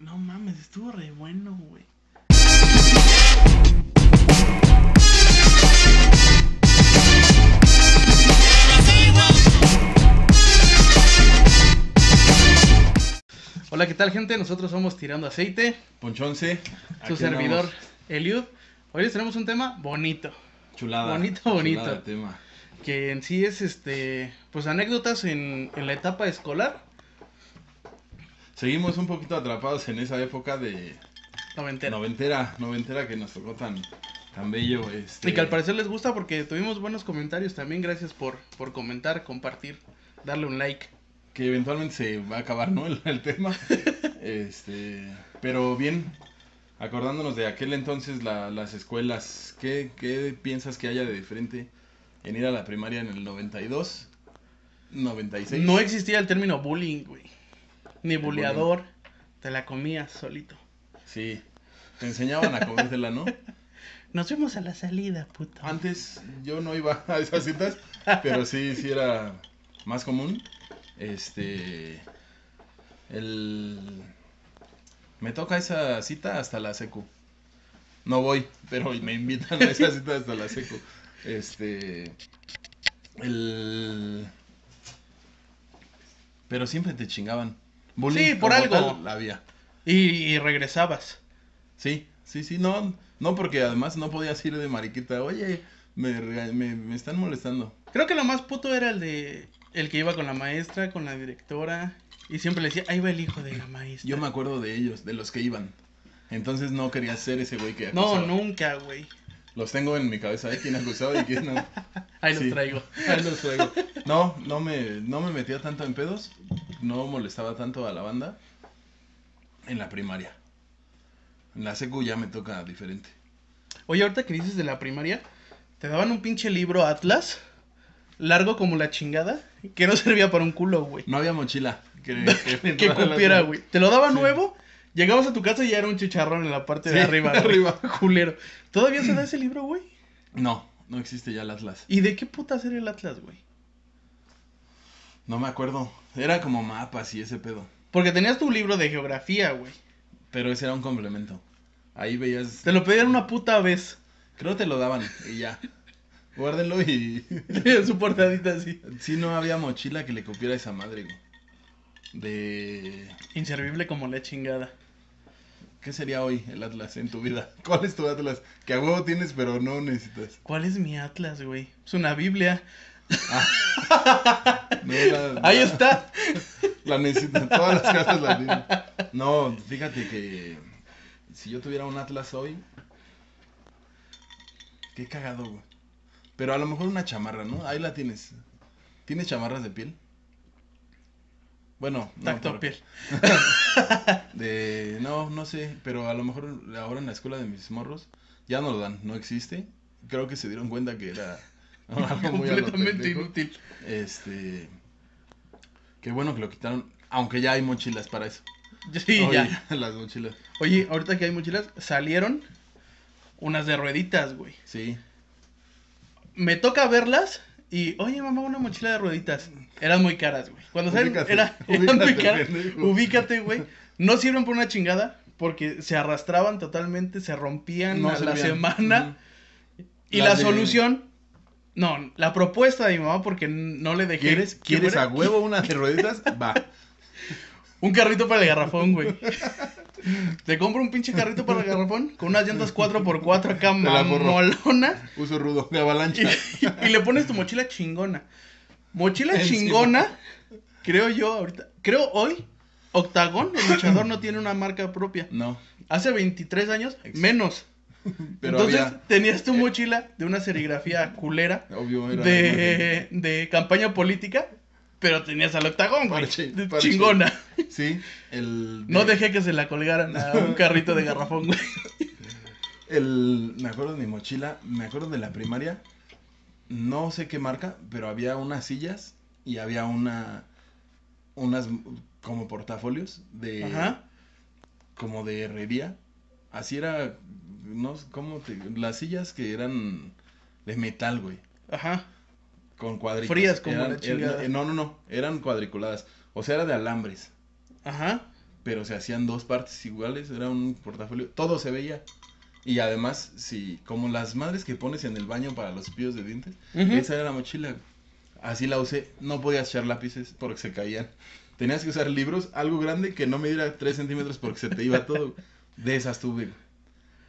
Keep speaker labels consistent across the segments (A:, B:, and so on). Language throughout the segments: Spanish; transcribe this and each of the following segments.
A: No mames, estuvo re bueno, güey. Hola, ¿qué tal, gente? Nosotros somos Tirando Aceite,
B: Ponchonce.
A: su
B: aquí
A: servidor
B: andamos.
A: Eliud. Hoy les tenemos un tema bonito,
B: Chulada.
A: Bonito,
B: chulada
A: bonito.
B: de tema.
A: que en sí es, este, pues anécdotas en, en la etapa escolar
B: Seguimos un poquito atrapados en esa época de
A: noventera.
B: noventera, noventera que nos tocó tan, tan bello. Este,
A: Y que al parecer les gusta porque tuvimos buenos comentarios también. Gracias por, por comentar, compartir, darle un like.
B: que eventualmente se va a acabar, ¿no? El, el tema. este, pero bien, acordándonos de aquel entonces, la- las escuelas, ¿qué, ¿qué piensas que haya de diferente en ir a la primaria en el 92, 96?
A: No existía el término bullying, güey. Ni buleador. Te la comías solito.
B: Sí, te enseñaban a comértela, ¿no?
A: Nos vemos a la salida, puto.
B: Antes yo no iba a esas citas, pero sí, sí era más común. Este. El. Me toca esa cita hasta la secu. No voy, pero me invitan a esa cita hasta la secu. Este. El. Pero siempre te chingaban.
A: Sí, por
B: como
A: algo.
B: tal, había.
A: Y, y regresabas.
B: Sí, sí, sí, no, no porque además no podías ir de mariquita. Oye, me, rega- me, me están molestando.
A: Creo que lo más puto era el de. El que iba con la maestra, con la directora. Y siempre le decía, ahí va el hijo de la maestra.
B: Yo me acuerdo de ellos, de los que iban. Entonces no quería ser ese güey que
A: No,
B: acusaba.
A: nunca, güey.
B: Los tengo en mi cabeza, ¿eh? ¿Quién acusaba y quién no?
A: Ahí
B: Sí.
A: los traigo.
B: Ahí los traigo. No, no me, no me metía tanto en pedos. No molestaba tanto a la banda en la primaria. En la secu ya me toca diferente.
A: Oye, ahorita que dices de la primaria, te daban un pinche libro Atlas, largo como la chingada, que no servía para un culo, güey.
B: No había mochila que, que,
A: Que cupiera, güey. Te lo daba
B: Sí.
A: nuevo, llegabas a tu casa y ya era un chicharrón en la parte de
B: Sí,
A: arriba. güey.
B: arriba.
A: Culero. ¿Todavía se da ese libro, güey?
B: No, no existe ya el Atlas.
A: ¿Y de qué puta era el Atlas, güey?
B: No me acuerdo. Era como mapas y ese pedo.
A: Porque tenías tu libro de geografía, güey.
B: Pero ese era un complemento. Ahí veías.
A: Te lo pedían una puta vez.
B: Creo te lo daban y ya. Guárdenlo y.
A: En su portadita así.
B: Sí, no había mochila que le copiara esa madre, güey. De.
A: Inservible como la chingada.
B: ¿Qué sería hoy el Atlas en tu vida? ¿Cuál es tu Atlas? Que a huevo tienes, pero no necesitas.
A: ¿Cuál es mi Atlas, güey? Es una Biblia.
B: No, la-
A: Ahí
B: la-
A: está.
B: La necesitan, todas las casas la tienen. No, fíjate que si yo tuviera un Atlas hoy, qué cagado, güey. Pero a lo mejor una chamarra, ¿no? Ahí la tienes. ¿Tienes chamarras de piel? Bueno, no,
A: Tacto
B: pero-
A: piel.
B: de no, no sé, pero a lo mejor ahora en la escuela de mis morros ya no lo dan, no existe. Creo que se dieron cuenta que era algo muy a lo
A: Completamente
B: pendejo.
A: inútil.
B: Este. Qué bueno que lo quitaron. Aunque ya hay mochilas para eso.
A: Sí,
B: Oye,
A: ya.
B: Las mochilas.
A: Oye, ahorita que hay mochilas, salieron unas de rueditas, güey.
B: Sí.
A: Me toca verlas y, oye, mamá, una mochila de rueditas. Eran muy caras, güey. Cuando salen,
B: Ubícate,
A: era, eran
B: ubícate,
A: muy caras.
B: pendejo.
A: Ubícate, güey. No sirven por una chingada porque se arrastraban totalmente, se rompían a la
B: servían.
A: semana. Y
B: Las
A: la
B: de-
A: solución, no, la propuesta de mi mamá, porque no le
B: Ujú.
A: dejé.
B: ¿Quieres,
A: que
B: ¿Quieres
A: fuera-
B: a huevo una de rueditas? Va.
A: Un carrito para el garrafón, güey. Te compro un pinche carrito para el garrafón con unas llantas 4x4 acá
B: Te la borro.
A: mamolona
B: Uso rudo de avalancha.
A: y, y le pones tu mochila chingona. Mochila
B: Encima.
A: chingona, creo yo ahorita, creo hoy, Octagón, el luchador no tiene una marca propia.
B: No.
A: Hace 23 años,
B: Exacto.
A: menos.
B: Pero
A: Entonces
B: había.
A: tenías tu mochila de una serigrafía culera
B: Obvio, era.
A: de, de campaña política, pero tenías al Octagón, güey.
B: Parche,
A: de-
B: parche.
A: Chingona.
B: Sí. El.
A: No dejé que se la colgaran a un carrito de garrafón, güey.
B: El, me acuerdo de mi mochila, me acuerdo de la primaria, no sé qué marca, pero había unas sillas y había una, unas como portafolios de,
A: Ajá.
B: como de herrería, así era, no sé cómo te, las sillas que eran de metal, güey,
A: Ajá.
B: con cuadritos.
A: Frías como
B: eran- eh,
A: la chingada.
B: er- no, no, no, eran cuadriculadas, o sea, era de alambres,
A: Ajá.
B: pero se hacían dos partes iguales, era un portafolio, todo se veía. Y además, si, como las madres que pones en el baño para los cepillos de dientes,
A: Ujú.
B: esa era la mochila. Así la usé, no podías echar lápices porque se caían. Tenías que usar libros, algo grande que no midiera 3 centímetros porque se te iba todo. De esas tuve.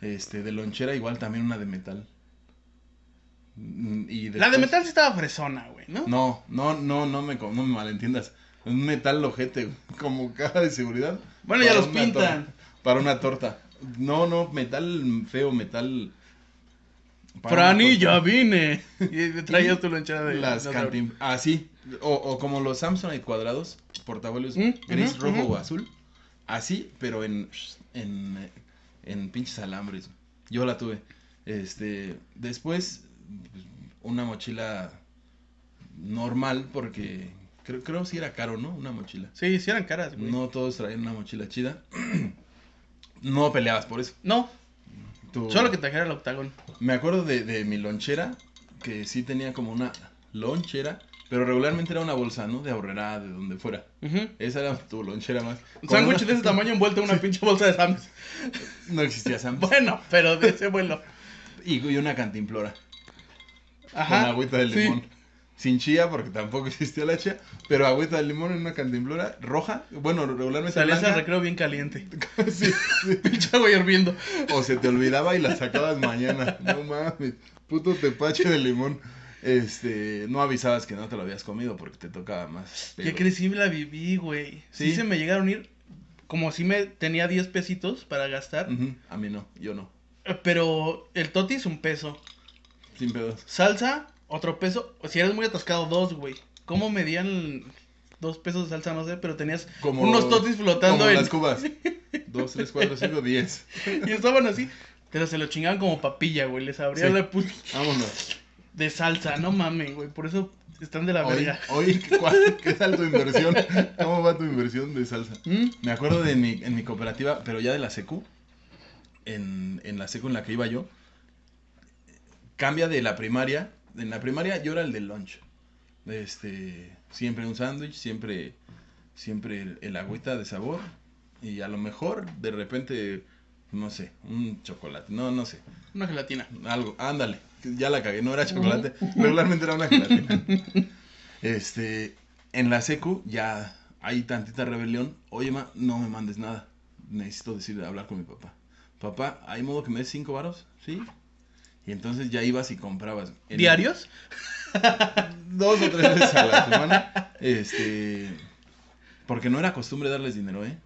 B: Este, de lonchera igual también una de metal. Mm, Y
A: La de
B: después-
A: metal sí estaba fresona, güey, ¿no?
B: No, no, no, no me, co- no me malentiendas. Un metal ojete, güey, como caja de seguridad.
A: Bueno, ya
B: Para
A: los
B: una
A: pintan.
B: tor- para una torta. No, no, metal feo, metal. para una
A: Frani,
B: torta.
A: ya vine. Y traías tu lonchera de
B: Las
A: de-
B: cantim... Ah, sí. O, o como los Samsonite cuadrados, portafolios
A: Mm,
B: gris,
A: ujú,
B: rojo
A: ujú.
B: o azul. Así, pero en, en, en pinches alambres. Yo la tuve. Este, después, una mochila normal, porque creo, creo si era caro, ¿no? Una mochila.
A: Sí, sí eran caras, güey.
B: No todos traían una mochila chida. No peleabas por eso.
A: No,
B: Tu-
A: solo que trajera el octagón.
B: me acuerdo de, de mi lonchera, que sí tenía como una lonchera, pero regularmente era una bolsa, ¿no? De ahorrera, de donde fuera.
A: Ujú.
B: Esa era tu lonchera más.
A: Un
B: Con
A: sándwich
B: una-
A: de ese tamaño envuelto en una pinche bolsa de Sam's.
B: No existía Sam's.
A: Bueno, pero de ese vuelo.
B: Y, y una cantimplora.
A: Ajá.
B: Con agüita de
A: Sí.
B: limón. Sin chía, porque tampoco existía la chía, pero agüita de limón en una cantimplora roja. Bueno, regularmente
A: Salías al
B: blanca.
A: recreo bien caliente.
B: Sí, sí.
A: Pinche agua hirviendo.
B: O se te olvidaba y la sacabas mañana. No mames. Puto tepache de limón. Este, no avisabas que no te lo habías comido porque te tocaba más.
A: Qué
B: pedo.
A: crecí la viví, güey. Sí.
B: Sí.
A: se me llegaron a ir. Como si me tenía 10 pesitos para gastar.
B: Ujú, A mí no, yo no.
A: Pero el totis un peso.
B: Sin pedos.
A: Salsa, otro peso. O si eres muy atascado, dos, güey. ¿Cómo medían dos pesos de salsa? No sé, pero tenías unos totis flotando
B: Como
A: en-
B: las cubas. Dos, tres, cuatro, cinco, diez.
A: y estaban así. Pero se lo chingaban como papilla, güey. Les abría
B: Sí.
A: la puta
B: Vámonos.
A: de salsa. No mamen, güey. Por eso están de la
B: Hoy,
A: verga.
B: hoy ¿cuál- ¿qué tal tu inversión? ¿Cómo va tu inversión de salsa?
A: ¿Mm?
B: Me acuerdo de mi, en mi cooperativa, pero ya de la secu, en, en la secu en la que iba yo, cambia de la primaria. En la primaria yo era el del lunch. Este, siempre un sándwich, siempre, siempre el, el agüita de sabor. Y a lo mejor, de repente, no sé, un chocolate. No, no sé.
A: Una gelatina.
B: Algo, ándale. Ya la cagué, no era chocolate. Regularmente era una gelatina. Este, en la secu ya hay tantita rebelión. Oye, ma, no me mandes nada. Necesito decir, hablar con mi papá. Papá, ¿hay modo que me des cinco varos? ¿Sí? Y entonces ya ibas y comprabas. En-
A: ¿Diarios?
B: Dos o tres veces a la semana. Este, porque no era costumbre darles dinero, ¿eh?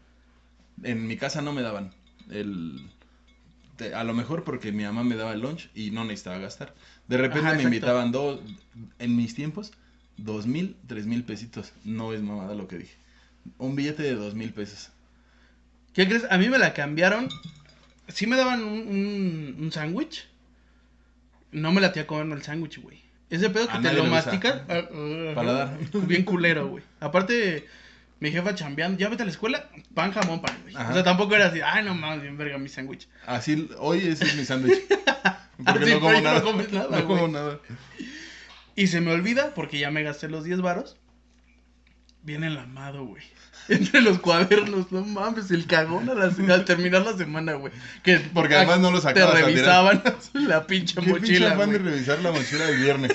B: En mi casa no me daban el... te- a lo mejor porque mi mamá me daba el lunch y no necesitaba gastar. De repente
A: Ajá,
B: me
A: exacto.
B: invitaban dos, en mis tiempos, dos mil, tres mil pesitos. No es mamada lo que dije. Un billete de dos mil pesos.
A: ¿Qué crees? A mí me la cambiaron. Sí me daban un, un, un sándwich. No me latía comerme el sándwich, güey. Ese pedo que
B: A
A: te
B: nadie
A: lo
B: le gusta.
A: masticas. ah, ah,
B: Paladar.
A: Bien culero, güey. Aparte, mi jefa chambeando. Ya vete a la escuela. Pan, jamón, pan, güey.
B: Ajá.
A: O sea, tampoco era así. Ay, no mames, bien verga mi sándwich.
B: Así, hoy ese es mi sándwich. Porque
A: Así,
B: no como
A: pero no
B: nada.
A: comes nada,
B: No como
A: güey.
B: nada.
A: Y se me olvida porque ya me gasté los 10 varos. Viene el amado, güey. Entre los cuadernos, no mames, el cagón a la- al terminar la semana, güey. Que
B: Porque además no lo
A: te
B: sacabas a tirar.
A: revisaban la pinche
B: Qué pinche
A: mochila,
B: afán de
A: güey.
B: revisar la mochila el viernes.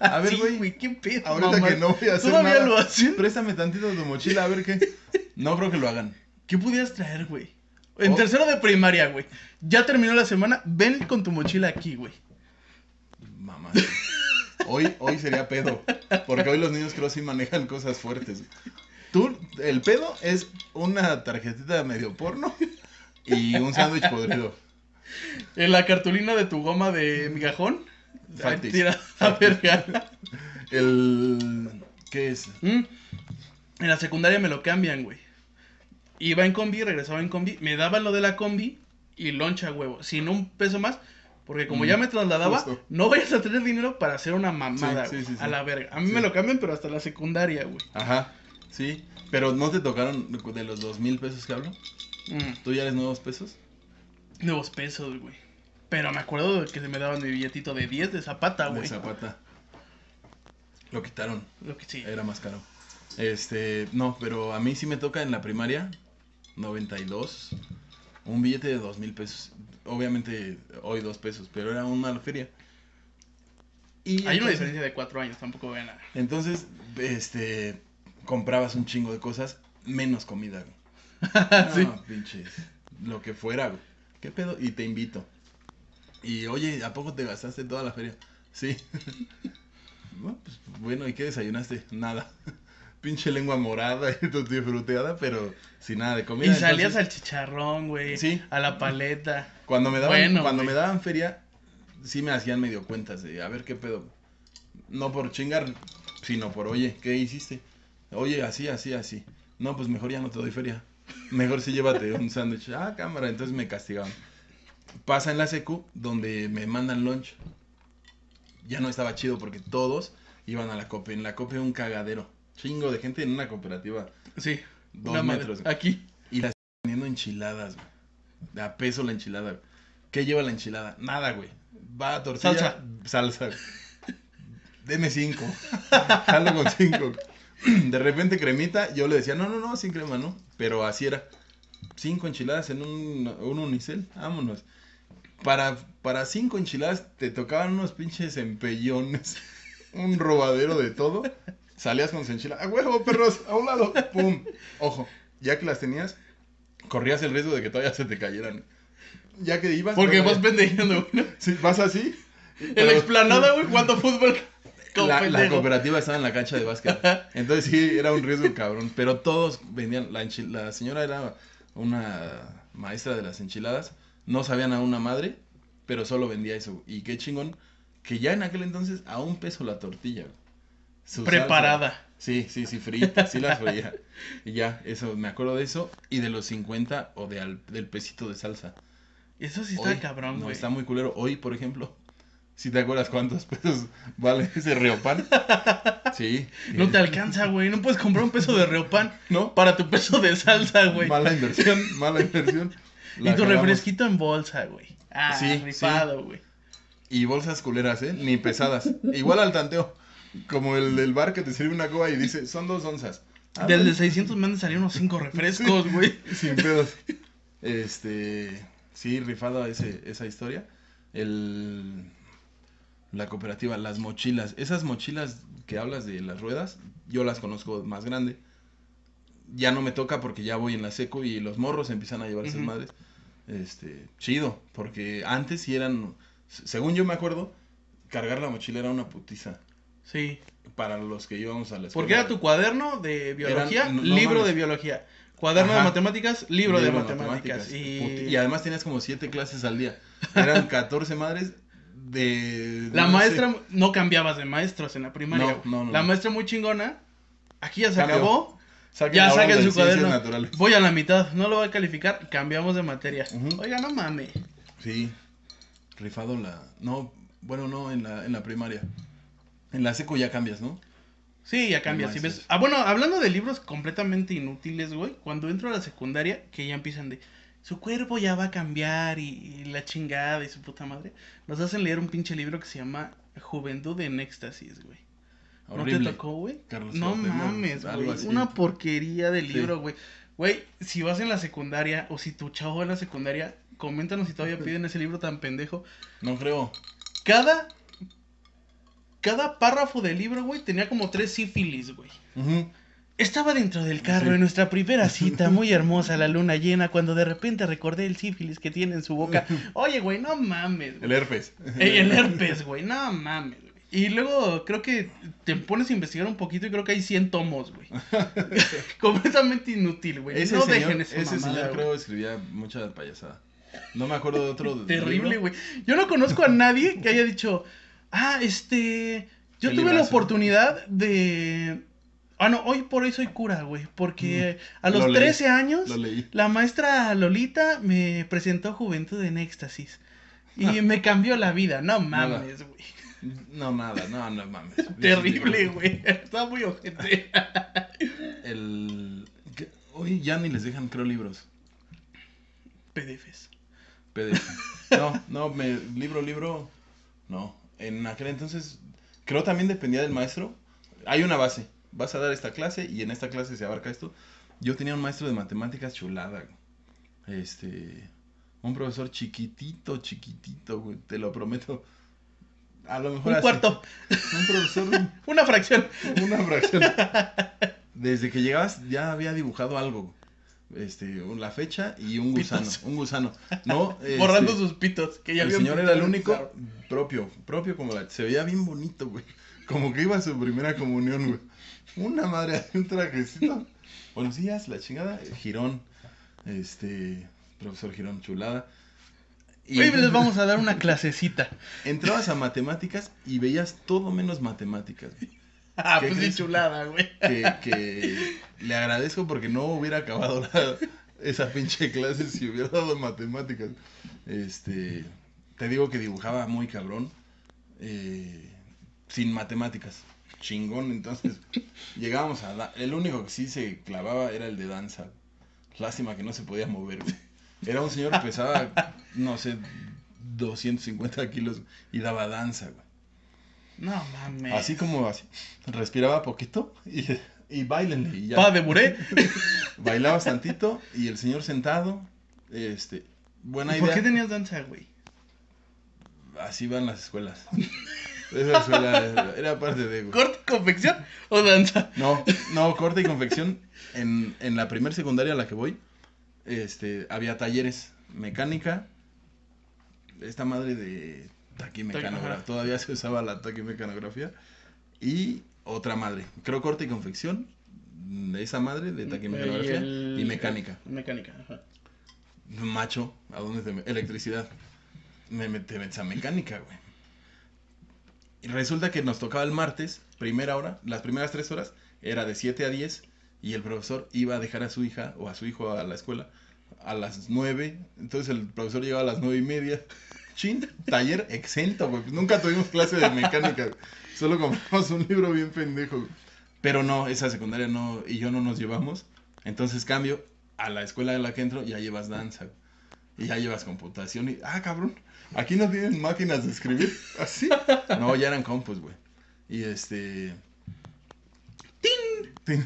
B: A ver,
A: Sí,
B: güey,
A: qué pedo.
B: ahorita
A: mamá.
B: que no voy a hacer
A: Todavía
B: nada.
A: lo hacen.
B: Préstame tantito tu mochila, a ver qué. No creo que lo hagan.
A: ¿Qué pudieras traer, güey? En
B: Oh.
A: tercero de primaria, güey. Ya terminó la semana, ven con tu mochila aquí, güey.
B: Mamá. Hoy, hoy sería pedo. Porque hoy los niños creo sí manejan cosas fuertes. Tú, el pedo es una tarjetita medio porno y un sándwich podrido.
A: En la cartulina de tu goma de migajón. ahí
B: Factis.
A: Tira a verga.
B: El. ¿Qué es?
A: Mm. En la secundaria me lo cambian, güey. Iba en combi, regresaba en combi, me daban lo de la combi y loncha huevo, sin un peso más, porque como
B: Mm,
A: ya me trasladaba,
B: justo.
A: no vayas a tener dinero para hacer una mamada,
B: Sí, sí,
A: güey,
B: sí, sí.
A: a la verga. A mí
B: Sí.
A: me lo cambian, pero hasta la secundaria, güey.
B: Ajá. Sí. Pero no te tocaron de los dos mil pesos que hablo.
A: Mm,
B: ¿Tú ya eres nuevos pesos?
A: nuevos pesos, güey. Pero me acuerdo de que se me daban mi billetito de 10 de zapata,
B: de
A: Ah, güey.
B: Zapata. Lo quitaron. Eh,
A: Lo que sí.
B: Era más caro. Este, no, pero a mí sí me toca en la primaria 92, un billete de dos mil pesos. Obviamente, hoy dos pesos, pero era una feria. Y
A: Hay una
B: entonces-
A: diferencia de cuatro años, tampoco vean nada.
B: Entonces, este, comprabas un chingo de cosas, menos comida, güey.
A: Sí.
B: No, pinches, lo que fuera, güey. ¿Qué pedo? Y te invito. Y, oye, ¿a poco te gastaste toda la feria? Sí. bueno, pues, bueno, ¿y qué desayunaste? Nada. Pinche lengua morada y fruteada, pero sin nada de comida.
A: y salías
B: Entonces,
A: al chicharrón, güey.
B: Sí.
A: A la paleta.
B: Cuando me daban,
A: Bueno,
B: cuando
A: güey.
B: me daban feria, sí me hacían medio cuentas de, a ver, ¿qué pedo? No por chingar, sino por, oye, ¿qué hiciste? Oye, así, así, así. No, pues mejor ya no te doy feria. Mejor sí llévate un sándwich. Ah, cámara, entonces me castigaban. Pasa en la secu, donde me mandan lunch. Ya no estaba chido porque todos iban a la cope. En la cope un cagadero. Chingo de gente en una cooperativa.
A: Sí.
B: Dos
A: una madre-
B: metros.
A: Aquí.
B: Y las vendiendo enchiladas, güey. De a peso la enchilada, güey. ¿Qué lleva la enchilada? Nada, güey. Va a tortilla.
A: Salsa.
B: Salsa. güey. Deme cinco. Jalo con cinco. De repente cremita, yo le decía, no, no, no, sin crema, ¿no? Pero así era. Cinco enchiladas en un, un unicel, vámonos. Para, para cinco enchiladas te tocaban unos pinches empellones, un robadero de todo. Salías con sus enchiladas, ¡a huevo, perros! ¡A un lado! ¡Pum! Ojo, ya que las tenías, corrías el riesgo de que todavía se te cayeran. Ya que ibas.
A: Porque vas
B: todavía-
A: pendejeando, güey.
B: Sí, vas así.
A: En la
B: pero-
A: explanada, güey, jugando fútbol. Como
B: la, la
A: pendejo.
B: cooperativa estaba en la cancha de básquet. Entonces sí, era un riesgo cabrón. Pero todos vendían. La, enchi- la señora era una maestra de las enchiladas. No sabían a una madre, pero solo vendía eso. Y qué chingón que ya en aquel entonces a un peso la tortilla. güey. Su salsa.
A: Preparada.
B: Sí, sí, sí, frita, sí las freía. Y ya, eso, me acuerdo de eso. Y de los 50 o de al- del pesito de salsa.
A: Eso sí está
B: Hoy,
A: cabrón,
B: no,
A: güey.
B: está muy culero. Hoy, por ejemplo, si te acuerdas cuántos pesos vale ese reopan. Sí.
A: No te alcanza, güey. No puedes comprar un peso de reopan
B: No,
A: para tu peso de salsa, güey.
B: mala inversión, mala inversión. La
A: Y tu
B: cagamos.
A: refresquito en bolsa, güey. Ah,
B: Sí,
A: rifado, güey.
B: Y bolsas culeras, ¿eh? Ni pesadas. Igual al tanteo. Como el del bar que te sirve una coba y dice, son dos onzas. Ah,
A: Del de
B: bueno,
A: 600 me han de salir unos 5 refrescos, güey.
B: Sin pedos. Este. Sí, rifada ese, esa historia. El. La cooperativa, las mochilas. Esas mochilas que hablas de las ruedas, yo las conozco más grande. Ya no me toca porque ya voy en la seco y los morros empiezan a llevar esas
A: Ujú.
B: madres. Este, chido, porque antes sí eran, se- según yo me acuerdo, cargar la mochila era una putiza
A: Sí.
B: para los que íbamos a la escuela.
A: Porque era tu cuaderno de biología,
B: Eran- no
A: libro
B: mames.
A: de biología. Cuaderno
B: Ajá.
A: de matemáticas, libro, de
B: Libro
A: matemáticas.
B: Puti-
A: Y...
B: y además tenías como siete clases al día. Eran 14 madres de...
A: la
B: no sé.
A: maestra, no cambiabas de maestros en la primaria.
B: No,
A: güey.
B: no, no,
A: la
B: no.
A: maestra muy chingona. Aquí ya se
B: Cambio.
A: acabó.
B: Saquen
A: Ya
B: la hora
A: saquen
B: de
A: su
B: ciencias
A: cuaderno.
B: naturales.
A: Voy a la mitad, no lo voy a calificar, cambiamos de materia.
B: Ujú.
A: Oiga, no mames.
B: Sí. Rifado la... No, bueno, no, en la, en la primaria. En la seco ya cambias, ¿no?
A: Sí, ya cambias.
B: No
A: si
B: manches.
A: ves... Ah, bueno, hablando de libros completamente inútiles, güey. Cuando entro a la secundaria, que ya empiezan de. Su cuerpo ya va a cambiar y, y la chingada y su puta madre. Nos hacen leer un pinche libro que se llama Juventud en Éxtasis, güey.
B: Horrible.
A: ¿No te tocó, güey?
B: Carlos
A: No
B: Cuauhtémoc,
A: mames,
B: algo
A: güey.
B: así.
A: Una porquería de
B: Sí.
A: libro, güey. Güey, si vas en la secundaria o si tu chavo va en la secundaria, coméntanos si todavía piden ese libro tan pendejo.
B: No creo.
A: Cada. Cada párrafo del libro, güey, tenía como tres sífilis, güey.
B: Ujú.
A: Estaba dentro del carro
B: Ah, Sí.
A: en nuestra primera cita, muy hermosa la luna llena, cuando de repente recordé el sífilis que tiene en su boca. Oye, güey, no mames.
B: El
A: güey.
B: herpes.
A: Ey, Eh, El, herpes, güey, no mames. güey. Y luego creo que te pones a investigar un poquito y creo que hay 100 tomos, güey. Completamente inútil, güey.
B: Ese
A: No
B: señor,
A: dejen esa
B: ese
A: mamada,
B: señor
A: güey.
B: creo escribía mucha payasada. No me acuerdo de otro
A: Terrible,
B: libro.
A: güey. Yo no conozco a nadie que haya dicho, ah, este, yo
B: Qué
A: tuve la
B: librazo".
A: oportunidad de... Ah, no, hoy por hoy soy cura, güey, porque a
B: Lo
A: los
B: leí,
A: 13 años
B: Lo leí.
A: la maestra Lolita me presentó Juventud en Éxtasis y me cambió la vida, no
B: Nada.
A: mames, güey.
B: No, nada, no, no mames.
A: Terrible, güey. Está muy ojete.
B: El... ¿qué? Hoy ya ni les dejan, creo, libros.
A: PDFs.
B: PDF. No, no, me... libro, libro. No. En aquel entonces, creo también dependía del maestro. Hay una base. Vas a dar esta clase y en esta clase se abarca esto. Yo tenía un maestro de matemáticas chulada, güey. Este. Un profesor chiquitito, chiquitito, güey. Te lo prometo. A lo mejor.
A: Un
B: así-
A: cuarto,
B: Un profesor,
A: una fracción.
B: una fracción. Desde que llegabas ya había dibujado algo. Este, la fecha y un gusano.
A: Pitos.
B: Un gusano. No.
A: borrando
B: este,
A: sus pitos. Que ya
B: el
A: habían
B: señor era
A: pintado
B: el
A: en
B: único
A: pizarra.
B: propio, propio como la... Se veía bien bonito, güey. Como que iba a su primera comunión, güey. Una madre, así, un trajecito. Buenos días, la chingada. Girón. Este, profesor Girón, chulada. Y
A: Hoy pues les vamos a dar una clasecita.
B: entrabas a matemáticas y veías todo menos matemáticas. güey.
A: Ah,
B: ¿Qué
A: pues sí,
B: crees?
A: chulada, güey.
B: Que, que le agradezco porque no hubiera acabado la- esa pinche clase si hubiera dado matemáticas. Este, te digo que dibujaba muy cabrón, eh, sin matemáticas. Chingón, entonces llegábamos a... da- el único que sí se clavaba era el de danza. Lástima que no se podía mover. güey. Era un señor que pesaba, no sé, 250 kilos y daba danza, güey.
A: No mames.
B: Así como así. Respiraba poquito y, y bailenle. Y ya.
A: Pa de buré.
B: Bailabas tantito y el señor sentado. Este. Buena
A: ¿Por
B: idea.
A: qué tenías danza, güey?
B: Así van las escuelas. Esa escuela era- era parte de. güey.
A: ¿Corte, confección o danza?
B: No, no, corte y confección. En, en la primer secundaria a la que voy, este, había talleres. Mecánica. Esta madre de taquimecanografía.
A: Ajá.
B: Todavía se usaba la taquimecanografía. Y otra madre. Creo corte y confección. De esa madre de taquimecanografía. Y,
A: el-
B: mecánica.
A: Mecánica, ajá.
B: Macho, ¿a dónde te me- Electricidad. Me, me- te metes a mecánica, güey. Y resulta que nos tocaba el martes, primera hora, las primeras tres horas, era de 7 a 10, y el profesor iba a dejar a su hija o a su hijo a la escuela a las 9. Entonces el profesor llegaba a las nueve y media. Chin, taller exento, güey. Pues Nunca tuvimos clase de mecánica. güey. Solo compramos un libro bien pendejo. güey. Pero no, esa secundaria no, y yo no nos llevamos. Entonces cambio a la escuela de la que entro, ya llevas danza. güey. Y ya llevas computación y, ah, cabrón, aquí no tienen máquinas de escribir. Así. No, ya eran compus, güey. Y este... ¡Ting!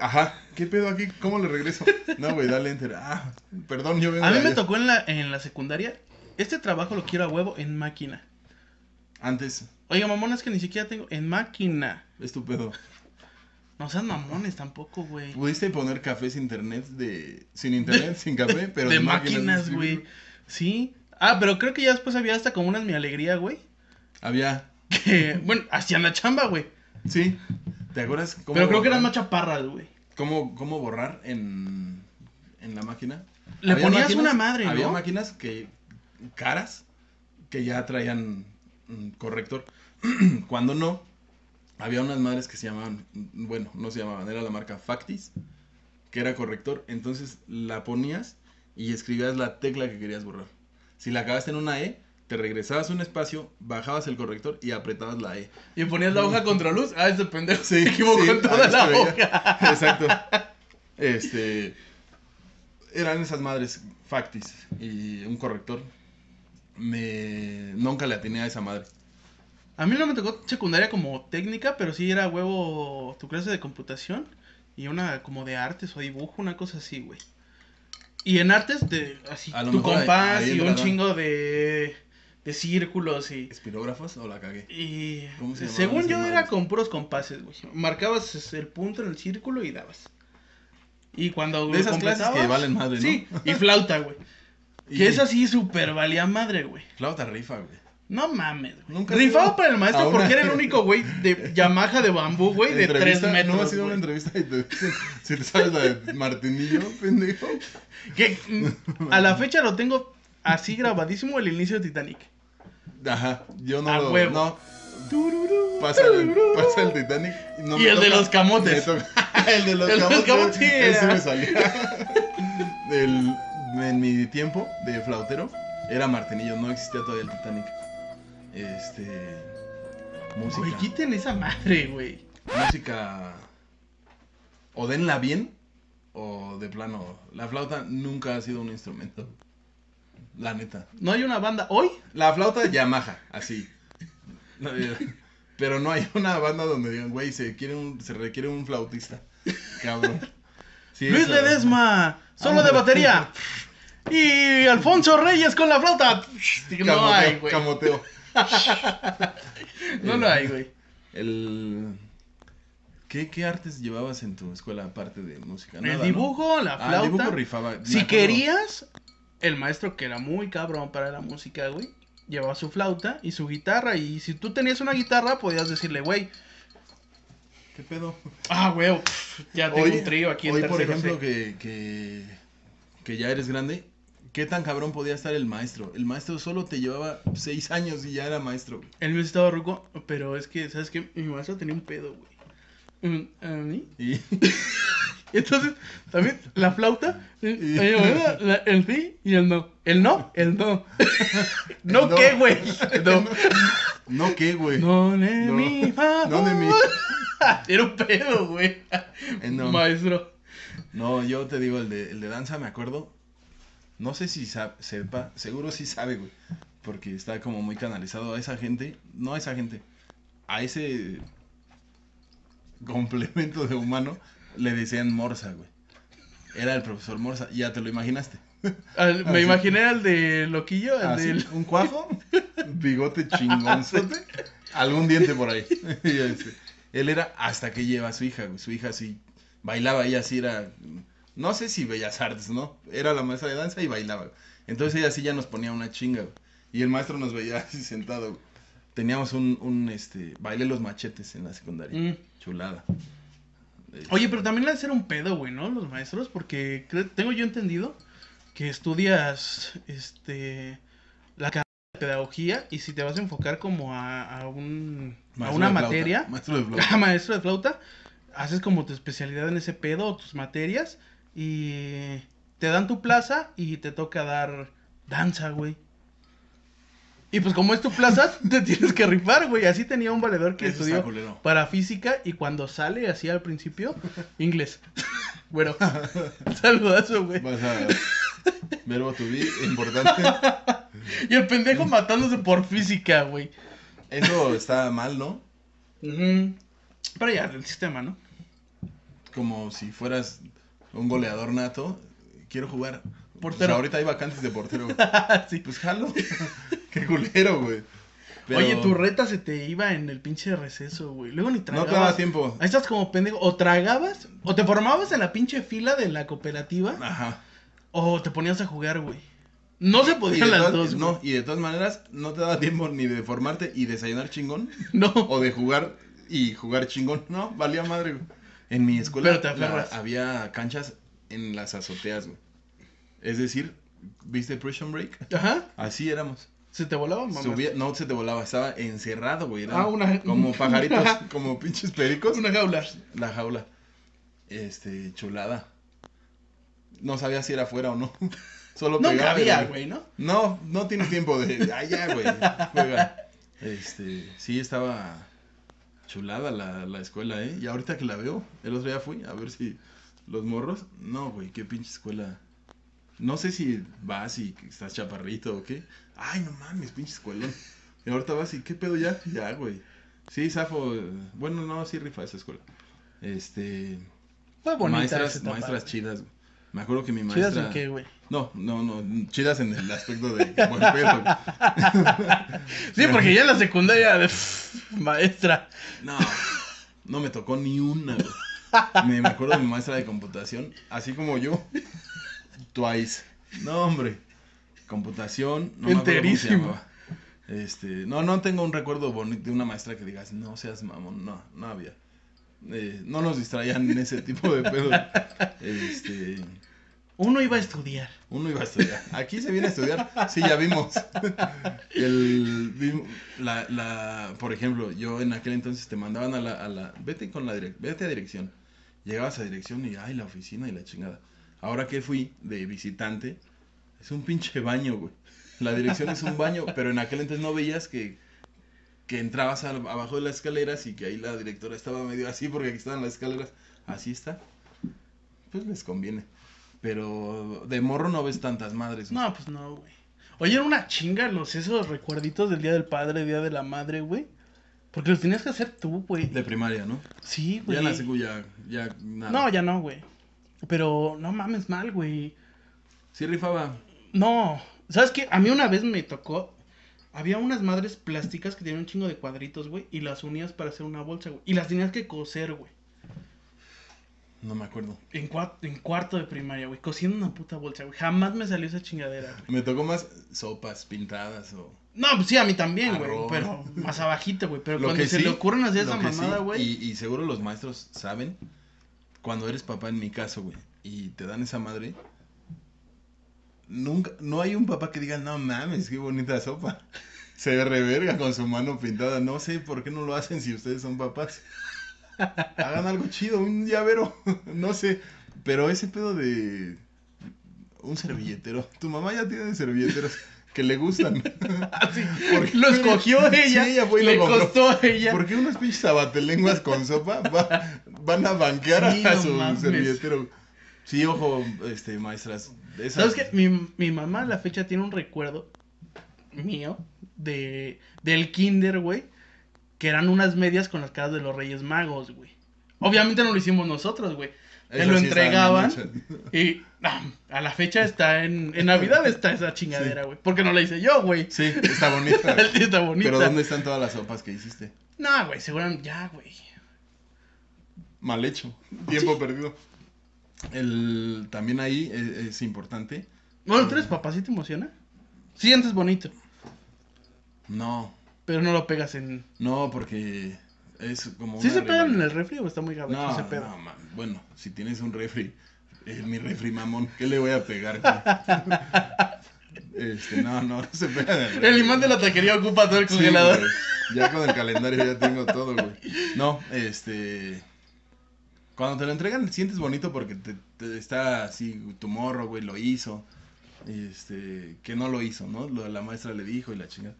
B: Ajá, ¿qué pedo aquí? ¿Cómo le regreso? No, güey, dale enter. Ah, perdón, yo vengo
A: A
B: de
A: mí me
B: allá.
A: tocó en la, en la secundaria. Este trabajo lo quiero a huevo en máquina.
B: Antes,
A: Oiga, mamón, es que ni siquiera tengo. En máquina.
B: estúpido.
A: No sean mamones tampoco, güey.
B: Pudiste poner cafés internet de... Sin internet, sin café, pero...
A: de
B: sin
A: máquinas,
B: escribir,
A: güey. Sí. Ah, pero creo que ya después había hasta como unas mi alegría, güey.
B: Había...
A: Que, bueno, hacían la chamba, güey.
B: Sí. ¿Te acuerdas cómo...
A: Pero creo que
B: borrar-
A: eran más chaparras, güey.
B: ¿Cómo, cómo borrar en, en la máquina?
A: Le
B: Había
A: ponías
B: máquinas-
A: una madre, ¿no?
B: Había máquinas que caras que ya traían mm, corrector. Cuando no, había unas madres que se llamaban, mm, bueno, no se llamaban, era la marca Factis, que era corrector. Entonces la ponías y escribías la tecla que querías borrar. Si la acabaste en una E, te regresabas un espacio, bajabas el corrector y apretabas la E.
A: Y ponías la hoja contra luz. Ah, ese pendejo se equivocó
B: Sí,
A: en toda
B: ahí se
A: la
B: veía.
A: hoja.
B: Exacto. Este. Eran esas madres factis y un corrector. Me. Nunca le atiné a esa madre.
A: A mí no me tocó secundaria como técnica, pero sí era huevo tu clase de computación y una como de artes o dibujo, una cosa así, güey. Y en artes, de, así,
B: A lo
A: tu
B: mejor ahí-
A: compás
B: ahí
A: y un
B: entraba.
A: chingo de, de círculos y...
B: ¿Espirógrafos o la cagué?
A: y
B: ¿Cómo se llamaban
A: según
B: esas
A: yo
B: madres?
A: era con puros compases, güey. Marcabas el punto en el círculo y dabas. Y cuando
B: De esas clases
A: completabas-
B: que valen madre, ¿no?
A: Sí, y flauta, güey. Que esa sí super valía madre, güey.
B: Flauta rifa, güey.
A: No mames, güey.
B: Nunca
A: Rifado
B: tuvo-
A: para el
B: a
A: maestro
B: una-
A: porque era el único güey de Yamaha de bambú, güey, de tres
B: Entrevista-
A: metros.
B: No ha sido una
A: güey.
B: entrevista y te dicen, si te sabes la de Martinillo, pendejo.
A: Que mm, a la fecha lo tengo así grabadísimo el inicio de Titanic.
B: Ajá, yo no
A: A
B: lo.
A: huevo.
B: No. Pasa el, pasa el Titanic. no
A: Y
B: me
A: el de
B: toca-
A: los camotes.
B: me toca- el de los
A: El de los
B: camotes.
A: camotes, sí,
B: ese
A: era.
B: me salía. El- en mi tiempo de flautero era Martenillo, no existía todavía el Titanic. Este. Música.
A: Güey, quiten esa madre, güey.
B: Música. O denla bien, o de plano. La flauta nunca ha sido un instrumento. La neta.
A: No hay una banda hoy.
B: La flauta Yamaha, así. No, eh, Pero no hay una banda donde digan, güey, se, quiere un- se requiere un flautista. Cabrón. Sí,
A: Luis
B: eso-
A: Ledesma, solo de
B: Vámonos.
A: batería. Y Alfonso Reyes con la flauta. No
B: Camoteo,
A: hay, güey.
B: camoteo.
A: No lo hay, güey.
B: El... ¿Qué, ¿Qué artes llevabas en tu escuela aparte de música? Nada,
A: El
B: ¿no?
A: dibujo, la
B: Ah, el dibujo
A: flauta.
B: rifaba. me
A: Si
B: acuerdo.
A: querías, el maestro que era muy cabrón para la música, güey, llevaba su flauta y su guitarra. Y si tú tenías una guitarra, podías decirle, güey,
B: ¿Qué pedo?
A: ah, güey, pf, ya tengo
B: Hoy-
A: un trío aquí en
B: Hoy, por
A: tercero
B: ejemplo,
A: C".
B: que, que, que ya eres grande, ¿qué tan cabrón podía estar el maestro? El maestro solo te llevaba seis años y ya era maestro. güey.
A: El mío sí estaba ruco, pero es que, ¿sabes qué? Mi maestro tenía un pedo, güey. Mm, A mí.
B: Y
A: Entonces, también la flauta, eh, ahí, bueno, la- el sí y el no. El no, el no. ¿No
B: no.
A: qué, güey? No.
B: no, ¿qué, güey?
A: No, ne,
B: No.
A: mi, fa,
B: No, ne, mi.
A: Era un pedo, güey.
B: Eh, no.
A: Maestro.
B: No, yo te digo, el de, el de danza, me acuerdo. No sé si sa- sepa, seguro sí sabe, güey. Porque está como muy canalizado a esa gente. No a esa gente. A ese complemento de humano le decían Morsa, güey. Era el profesor Morsa, ya te lo imaginaste.
A: Al- me
B: Así.
A: imaginé al de Loquillo, al
B: Así,
A: del.
B: un cuajo, bigote chingonzote, algún diente por ahí. Y este, Él era hasta que lleva a su hija, güey. Su hija sí bailaba, ella sí era, no sé si Bellas Artes, ¿no? Era la maestra de danza y bailaba. güey. Entonces ella sí ya nos ponía una chinga, güey. Y el maestro nos veía así sentado, güey. Teníamos un, un, este, baile los machetes en la secundaria.
A: Mm.
B: Chulada. Eh,
A: Oye, pero también le hacer un pedo, güey, ¿no? Los maestros, porque cre- tengo yo entendido que estudias este la carrera de pedagogía y si te vas a enfocar como a, a un a
B: maestro
A: una
B: de flauta,
A: materia,
B: Maestro de
A: a
B: flauta.
A: maestro de flauta, haces como tu especialidad en ese pedo o tus materias y te dan tu plaza y te toca dar danza, güey. Y pues como es tu plaza, te tienes que rifar, güey. Así tenía un valedor que
B: Eso está
A: estudió
B: culero.
A: para física y cuando sale así al principio, inglés. Bueno, saludazo, güey.
B: Vas a verbo to be, importante.
A: Y el pendejo matándose por física, güey.
B: Eso está mal, ¿no?
A: Ujú. Pero ya, el sistema, ¿no?
B: Como si fueras un goleador nato. Quiero jugar.
A: Portero.
B: Pues ahorita hay vacantes de portero. güey.
A: Sí.
B: Pues jalo. Qué culero, güey. Pero
A: Oye, tu reta se te iba en el pinche receso, güey. Luego ni
B: No
A: tragabas.
B: te daba tiempo.
A: Ahí estás como pendejo. O tragabas, o te formabas en la pinche fila de la cooperativa,
B: Ajá.
A: o te ponías a jugar, güey. No se
B: Y
A: podían
B: de,
A: las
B: todas,
A: dos,
B: no,
A: güey.
B: y de todas maneras, no te daba tiempo ni de formarte y desayunar chingón.
A: No.
B: O de jugar y jugar chingón. No, valía madre, güey. En mi escuela
A: Pero te aferras.
B: la- había canchas en las azoteas, güey. Es decir, ¿viste Prison Break?
A: Ajá.
B: Así éramos.
A: Se te volaba, mamá.
B: Subía- no se te volaba, estaba encerrado, güey. Era
A: Ah, una-
B: Como pajaritos, como pinches pericos.
A: Una jaula.
B: La jaula. Este, chulada. No sabía si era afuera o no. Solo
A: No
B: pegaba,
A: cabía, güey, ¿no?
B: No, no tienes tiempo de. Ah, ya, güey. Juega. Este, sí, estaba chulada la, la escuela, ¿eh? Y ahorita que la veo, el otro día fui a ver si los morros. No, güey, qué pinche escuela. No sé si vas y estás chaparrito o qué. Ay, no mames, pinche escuela. Y ahorita vas y qué pedo ya. Ya, güey. Sí, Safo. eh, Bueno, no, sí rifa esa escuela. Este.
A: Fue bonita esa
B: maestras,
A: etapa.
B: maestras chidas, güey. Me acuerdo que mi maestra.
A: ¿Chidas en qué, güey?
B: No, no, no, chidas en el aspecto de buen pedo. güey.
A: Sí, porque ya en la secundaria de maestra.
B: No, no me tocó ni una. güey. Me, me acuerdo de mi maestra de computación, así como yo. Twice. No, hombre. Computación, no me acuerdo cómo se
A: Enterísimo.
B: llamaba. Este, no, no tengo un recuerdo bonito de una maestra que digas, no seas mamón, no, no había. Eh, no nos distraían en ese tipo de pedo. Este,
A: Uno iba a estudiar.
B: Uno iba a estudiar. Aquí se viene a estudiar. Sí, ya vimos. El, vim- la, la, por ejemplo, yo en aquel entonces te mandaban a la, a la vete con la direc- vete a dirección. Llegabas a dirección y ay, la oficina y la chingada. Ahora que fui de visitante, es un pinche baño, güey. La dirección es un baño, pero en aquel entonces no veías que, que entrabas al- abajo de las escaleras y que ahí la directora estaba medio así porque aquí estaban las escaleras. Así está. Pues les conviene. Pero de morro no ves tantas madres. güey.
A: No, pues no, güey. Oye, era una chinga los esos recuerditos del Día del Padre, Día de la Madre, güey. Porque los tenías que hacer tú, güey.
B: De primaria, ¿no?
A: Pues Sí,
B: Ya
A: güey.
B: en la secu ya, ya nada.
A: No, ya no, güey. Pero no mames mal, güey.
B: Sí rifaba.
A: No, ¿sabes qué? A mí una vez me tocó. Había unas madres plásticas que tenían un chingo de cuadritos, güey, y las unías para hacer una bolsa, güey. Y las tenías que coser, güey.
B: No me acuerdo.
A: En, cua- en cuarto de primaria, güey, cosiendo una puta bolsa, güey. Jamás me salió esa chingadera. güey.
B: Me tocó más sopas pintadas o...
A: No, pues sí, a mí también, güey,
B: Arroz.
A: pero más abajito, güey. Pero
B: Lo
A: cuando
B: que
A: se
B: sí,
A: le ocurren hacer
B: lo
A: esa
B: que sí,
A: mamada, güey.
B: Y, y seguro los maestros saben, cuando eres papá en mi caso, güey, y te dan esa madre, nunca, no hay un papá que diga, no mames, qué bonita sopa. Se reverga con su mano pintada. No sé por qué no lo hacen si ustedes son papás. Hagan algo chido, un llavero, no sé. Pero ese pedo de un servilletero. Tu mamá ya tiene servilleteros que le gustan.
A: Así,
B: Porque-
A: Ah, lo escogió ella.
B: Sí, ella fue y
A: le
B: lo compró.
A: costó a ella.
B: ¿Por qué unos pinches abatelenguas con sopa va- van a banquear
A: Sí,
B: a
A: no
B: su
A: mames.
B: servilletero? Sí, ojo, este, maestras. esas-
A: ¿Sabes qué? Mi, mi mamá a la fecha tiene un recuerdo mío de del kinder, güey, que eran unas medias con las caras de los Reyes Magos, güey. Obviamente no lo hicimos nosotros, güey. Te
B: esas
A: lo
B: sí estaban
A: entregaban.
B: bien hechas.
A: Y ah, a la fecha está en, en Navidad está esa chingadera, güey. Porque no la hice yo, güey.
B: Sí, está bonita.
A: Sí, está bonita.
B: Pero ¿dónde están todas las sopas que hiciste?
A: No, güey, seguramente ya, güey.
B: Mal hecho. Tiempo perdido. El, también ahí es, es importante.
A: Bueno, tú eres papá, ¿sí te emociona? Sientes bonito,
B: No,
A: pero no lo pegas en...
B: no, porque es como.
A: ¿Sí
B: una
A: se pegan
B: rivalidad.
A: en el refri o está muy gabacho
B: No,
A: ese pedo?
B: no, ma- bueno, si tienes un refri, eh, mi refri mamón, ¿qué le voy a pegar? güey? este, no, no, no se pega en el refri.
A: El imán de la taquería ocupa todo el
B: Sí,
A: congelador.
B: güey, ya con el calendario ya tengo todo, güey. No, este... Cuando te lo entregan, sientes bonito porque te, te está así, tu morro, güey, lo hizo. Este, que no lo hizo, ¿no? Lo- la maestra le dijo y la chingada.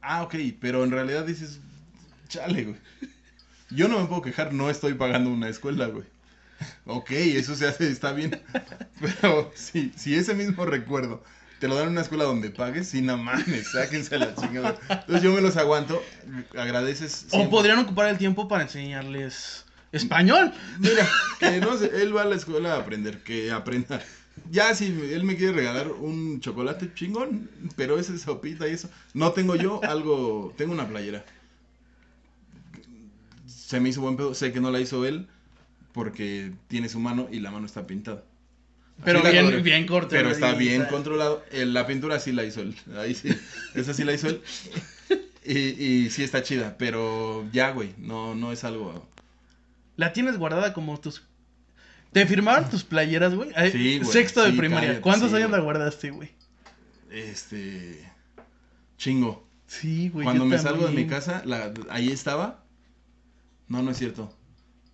B: Ah, ok, pero en realidad dices, chale, güey. Yo no me puedo quejar, no estoy pagando una escuela, güey. Ok, eso se hace, está bien. Pero sí, si ese mismo recuerdo te lo dan en una escuela donde pagues, sí, no mames, sáquense a la chingada. Entonces yo me los aguanto, agradeces.
A: O
B: siempre.
A: podrían ocupar el tiempo para enseñarles español.
B: Mira, que no sé, él va a la escuela a aprender, que aprenda. Ya si él me quiere regalar un chocolate chingón, pero esa sopita y eso. No tengo yo algo, tengo una playera. Se me hizo buen pedo, sé que no la hizo él porque tiene su mano y la mano está pintada.
A: Pero
B: Así la
A: bien,
B: colore-
A: bien corto.
B: Pero
A: güey,
B: está
A: o
B: bien
A: sea,
B: controlado. Eh, La pintura sí la hizo él. Ahí sí. Esa sí la hizo él. Y, y sí está chida. Pero ya, güey. No, no es algo.
A: La tienes guardada como tus. ¿Te firmaron tus playeras, güey? Ay,
B: Sí, güey,
A: Sexto de
B: sí,
A: primaria.
B: cállate,
A: ¿Cuántos
B: sí,
A: años la
B: güey.
A: guardaste, güey?
B: Este. Chingo.
A: Sí, güey.
B: Cuando
A: yo
B: me salgo de mi
A: también.
B: casa, la- ahí estaba. No, no es cierto.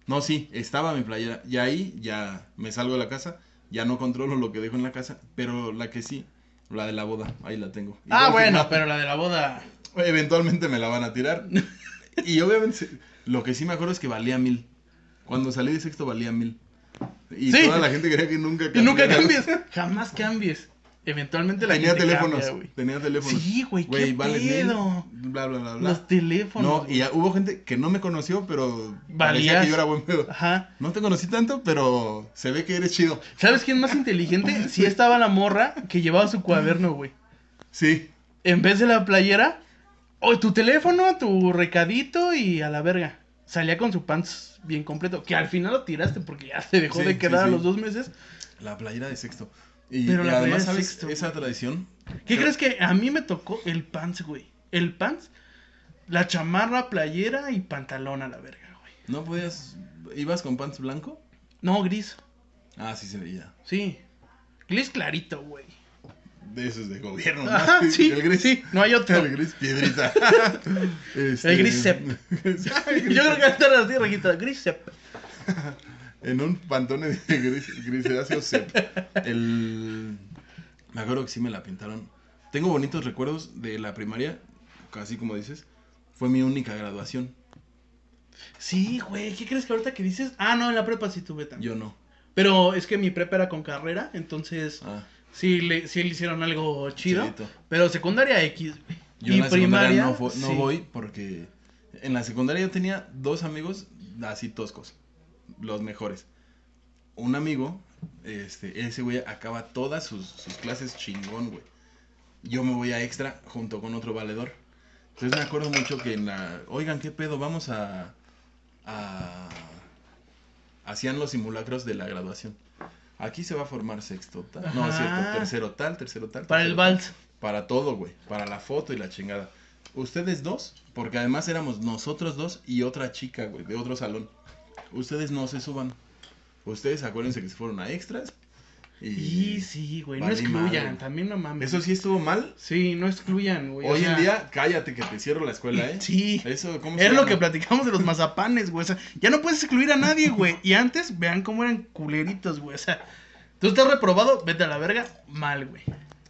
B: No, sí, estaba mi playera. Y ahí ya me salgo de la casa. Ya no controlo lo que dejo en la casa. Pero la que sí, la de la boda, ahí la tengo. Y
A: Ah,
B: luego
A: bueno,
B: firmada.
A: pero la de la boda.
B: Eventualmente me la van a tirar. y obviamente, se- lo que sí me acuerdo es que valía mil. Cuando salí de sexto valía mil. Y
A: Sí.
B: toda la gente creía que nunca
A: Y nunca
B: cambiara.
A: cambies. Jamás cambies. Eventualmente la
B: Tenía
A: gente
B: teléfonos.
A: cambia, güey.
B: tenía teléfonos.
A: Sí, güey, qué
B: vales mil,
A: pedo.
B: Bla, bla, bla, bla.
A: Los teléfonos.
B: No,
A: güey.
B: y ya hubo gente que no me conoció, pero
A: Valías.
B: parecía que yo era buen pedo.
A: Ajá.
B: No te conocí tanto, pero se ve que eres chido.
A: ¿Sabes quién más inteligente? Sí estaba la morra que llevaba su cuaderno, güey.
B: Sí,
A: En vez de la playera, o tu teléfono, tu recadito y a la verga. Salía con su pants bien completo, que al final lo tiraste porque ya se dejó
B: Sí,
A: de
B: sí,
A: quedar
B: sí.
A: a los dos meses.
B: la playera de sexto. Y,
A: Pero
B: y
A: la playera
B: además,
A: de
B: ¿sabes
A: sexto,
B: esa tradición?
A: ¿Qué
B: Creo-
A: crees que a mí me tocó el pants, güey? El pants, la chamarra, playera y pantalón a la verga, güey.
B: ¿No podías. ¿Ibas con pants blanco?
A: No, gris,
B: Ah, sí se veía.
A: sí. Gris clarito, güey.
B: De esos de gobierno. ¿no?
A: Ajá, Ah, sí,
B: El gris.
A: sí, no hay otro.
B: El gris piedrita. Este,
A: El gris sep.
B: el gris
A: Yo creo que estar así, rejita, gris se-
B: En un pantone de gris, grisáceo sep. El... Me acuerdo que sí me la pintaron. Tengo bonitos recuerdos de la primaria, casi como dices. Fue mi única graduación.
A: Sí, güey, ¿qué crees que ahorita que dices? Ah, no, en la prepa sí tuve también.
B: Yo no.
A: Pero es que mi prepa era con carrera, entonces
B: Ah,
A: sí le, sí le hicieron algo chido.
B: chidito.
A: Pero secundaria X, güey.
B: Yo
A: Y
B: en la secundaria
A: primaria,
B: no, fo- no
A: sí.
B: voy porque en la secundaria yo tenía dos amigos así toscos, los mejores. un amigo, este, ese güey acaba todas sus, sus clases chingón, güey. Yo me voy a extra junto con otro valedor. Entonces me acuerdo mucho que en la. Oigan, ¿qué pedo? Vamos a. a- Hacían los simulacros de la graduación. Aquí se va a formar sexto tal. No, es cierto.
A: Ajá.
B: Tercero tal, tercero tal.
A: Para
B: tercero
A: el
B: tal.
A: vals.
B: Para todo, güey. Para la foto y la chingada. Ustedes dos, porque además éramos nosotros dos y otra chica, güey, de otro salón. Ustedes no se suban. Ustedes acuérdense que se fueron a extras. Y,
A: Y sí, güey, no
B: Vale
A: excluyan,
B: madre.
A: también no mames.
B: eso sí estuvo mal.
A: Sí, no excluyan, güey. o
B: Hoy
A: sea,
B: en día, cállate que te cierro la escuela, ¿eh?
A: Sí.
B: Eso, ¿cómo se
A: Es lo
B: llama?
A: que platicamos de los mazapanes, güey. O sea, ya no puedes excluir a nadie, güey. Y antes, vean cómo eran culeritos, güey. O sea, tú estás reprobado, vete a la verga, mal, güey.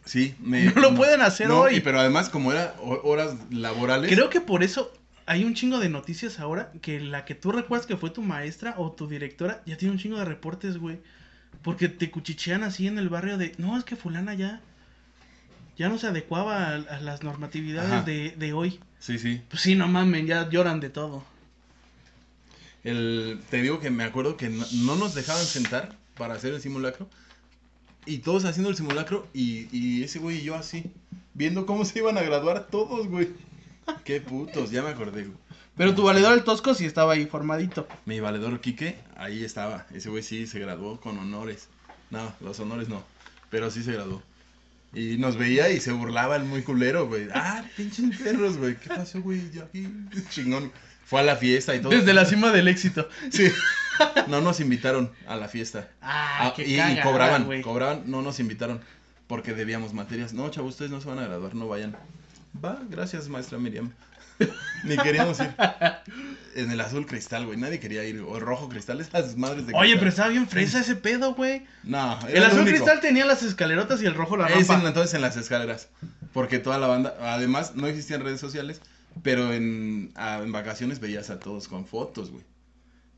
B: Sí, me-
A: No lo pueden hacer hoy.
B: y- pero además, como era ho- horas laborales.
A: Creo que por eso hay un chingo de noticias ahora que la que tú recuerdas que fue tu maestra o tu directora ya tiene un chingo de reportes, güey. Porque te cuchichean así en el barrio de, no, es que fulana ya, ya no se adecuaba a, a las
B: Ajá.
A: normatividades de, de hoy.
B: Sí, sí.
A: Pues sí, no mamen, ya lloran de todo.
B: El, te digo que me acuerdo que no, no nos dejaban sentar para hacer el simulacro. Y todos haciendo el simulacro y, y ese güey y yo así, viendo cómo se iban a graduar todos, güey. Qué putos, ya me acordé, güey.
A: Pero tu valedor el tosco sí estaba ahí formadito.
B: Mi valedor Quique, ahí estaba. Ese güey sí se graduó con honores. No, los honores no. Pero sí se graduó. Y nos veía y se burlaba el muy culero, güey. Ah, pinches perros, güey. ¿Qué pasó, güey? Yo aquí, chingón. Fue a la fiesta y todo.
A: Desde la cima del éxito.
B: Sí. No nos invitaron a la fiesta.
A: Ah,
B: Ah,
A: qué
B: y, y
A: cagada,
B: cobraban,
A: güey.
B: cobraban, no nos invitaron porque debíamos materias. No, chavos, ustedes no se van a graduar, no vayan. Va, gracias, maestra Miriam. Ni queríamos ir. En el azul cristal, güey, nadie quería ir. O el rojo cristal, esas madres de
A: Oye, pero
B: cristal.
A: estaba bien fresa ese pedo, güey.
B: No, era
A: El
B: lo
A: azul
B: único.
A: cristal tenía las escalerotas y el rojo la
B: Es en-
A: rampa.
B: entonces en las escaleras. Porque toda la banda, además no existían redes sociales, pero en, a- en vacaciones veías a todos con fotos, güey.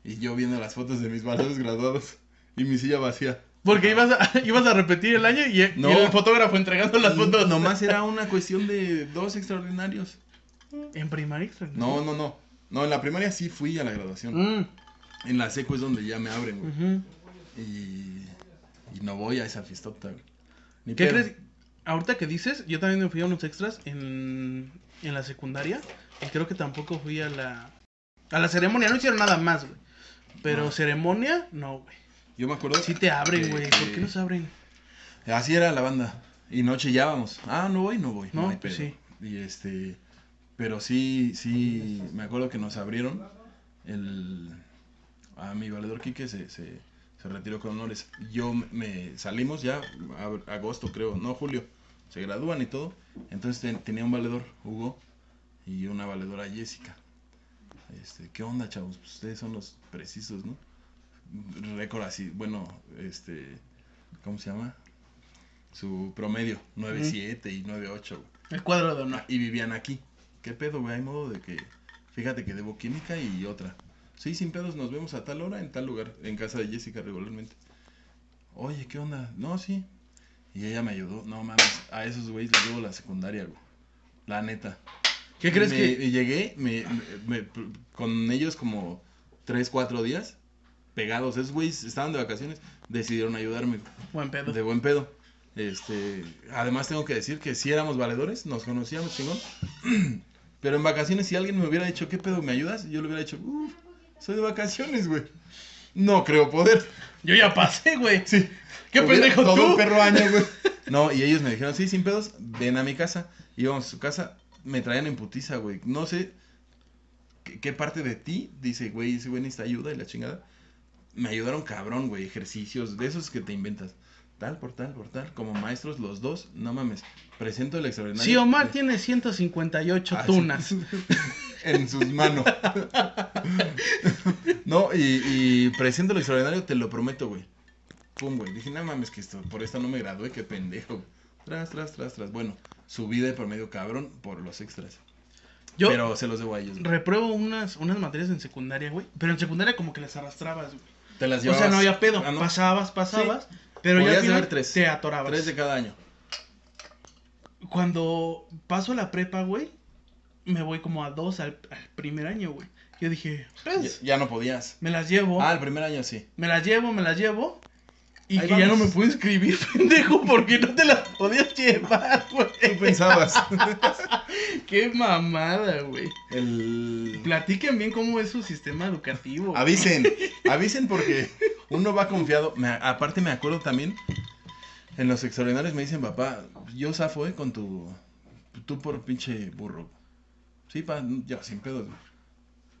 B: Y yo viendo las fotos de mis valores graduados y mi silla vacía.
A: Porque ibas a, ibas a repetir el año y, y
B: No.
A: el fotógrafo entregando las fotos.
B: Nomás era una cuestión de dos extraordinarios.
A: En primaria extra.
B: No, no, no. No, en la primaria sí fui a la graduación.
A: Mm,
B: En la seco es donde ya me abren, güey.
A: ujú.
B: Y, y no voy a esa fiestota, güey. Ni
A: ¿Qué
B: pedo.
A: crees? Ahorita que dices, yo también me fui a unos extras en, en la secundaria. Y creo que tampoco fui a la. A la ceremonia, no hicieron nada más, güey. Pero
B: No.
A: ceremonia, no, güey.
B: Yo me acuerdo.
A: Sí te abren,
B: que-
A: güey.
B: que-
A: ¿Por qué no se abren?
B: Así era la banda. Y no chillábamos. Ah, no voy, no voy. No,
A: No,
B: hay
A: pues
B: pedo.
A: sí.
B: Y este. Pero sí, sí. Me acuerdo que nos abrieron. El. A mi valedor Quique se, se, se retiró con honores. Yo me- me. Salimos ya. a- agosto, creo. No, julio. Se gradúan y todo. Entonces ten- tenía un valedor, Hugo. Y una valedora, Jessica. Este, ¿qué onda, chavos? Pues ustedes son los precisos, ¿no? Récord así, bueno, este, ¿cómo se llama? Su promedio, 9.7 y 9.8, güey.
A: El cuadro de honor.
B: Y vivían aquí. ¿Qué pedo, güey? Hay modo de que, fíjate que debo química y otra. Sí, sin pedos, nos vemos a tal hora en tal lugar, en casa de Jessica regularmente. Oye, ¿qué onda? No, sí. Y ella me ayudó. No mames, a esos güeyes les llevo la secundaria, güey. La neta.
A: ¿Qué crees
B: Me-
A: que.?
B: Llegué me, me- me- con ellos como 3, 4 días pegados. Esos güeyes estaban de vacaciones, decidieron ayudarme
A: Buen pedo.
B: de buen pedo. Este, además tengo que decir que si éramos valedores, nos conocíamos chingón. Pero en vacaciones si alguien me hubiera dicho, "¿Qué pedo, me ayudas?" Yo le hubiera dicho, "Uf, soy de vacaciones, güey." No creo poder.
A: Yo ya pasé, güey.
B: Sí.
A: ¿Qué
B: Hubiera
A: pendejo
B: todo
A: tú?
B: un perro año, güey. No, y ellos me dijeron, sí, sin pedos, ven a mi casa. Íbamos a su casa, me traían en putiza, güey. No sé qué, qué parte de ti dice, güey, ese güey necesita ayuda y la chingada. Me ayudaron cabrón, güey, ejercicios de esos que te inventas. Tal, por tal, por tal, como maestros los dos, no mames. Presento el extraordinario.
A: Si Omar tiene 158
B: Así.
A: tunas.
B: Ah, en sus manos. no, y, y presento lo extraordinario, te lo prometo, güey. Pum, güey. Dije, no mames, que esto, por esta no me gradué, qué pendejo. Tras, tras, tras, tras. Bueno, subí de promedio cabrón por los extras.
A: Yo
B: Pero se los debo a ellos. güey.
A: repruebo unas, unas materias en secundaria, güey. Pero en secundaria como que las arrastrabas, güey.
B: Te las
A: O
B: llevabas.
A: sea, no había pedo.
B: Ah, no.
A: Pasabas, pasabas. Pero ya
B: Podías
A: al final
B: llevar tres.
A: te atorabas.
B: Tres de cada año.
A: Cuando paso la prepa, güey, me voy como a dos al, al primer año, güey. Yo dije, pues,
B: Ya, ya no podías.
A: me las llevo.
B: Ah, el primer año sí.
A: Me las llevo, me las llevo. Y
B: Ahí
A: que ya no
B: vamos.
A: me pude inscribir, pendejo, porque no te las podías llevar,
B: ¿Qué
A: güey.
B: pensabas?
A: Qué mamada, güey.
B: el...
A: Platiquen bien cómo es su sistema educativo.
B: Avisen, avisen porque uno va confiado. Me- aparte me acuerdo también, en los extraordinarios me dicen, papá, yo zafo, eh, con tu... Tú por pinche burro. Sí, pa, ya, sin pedos. güey.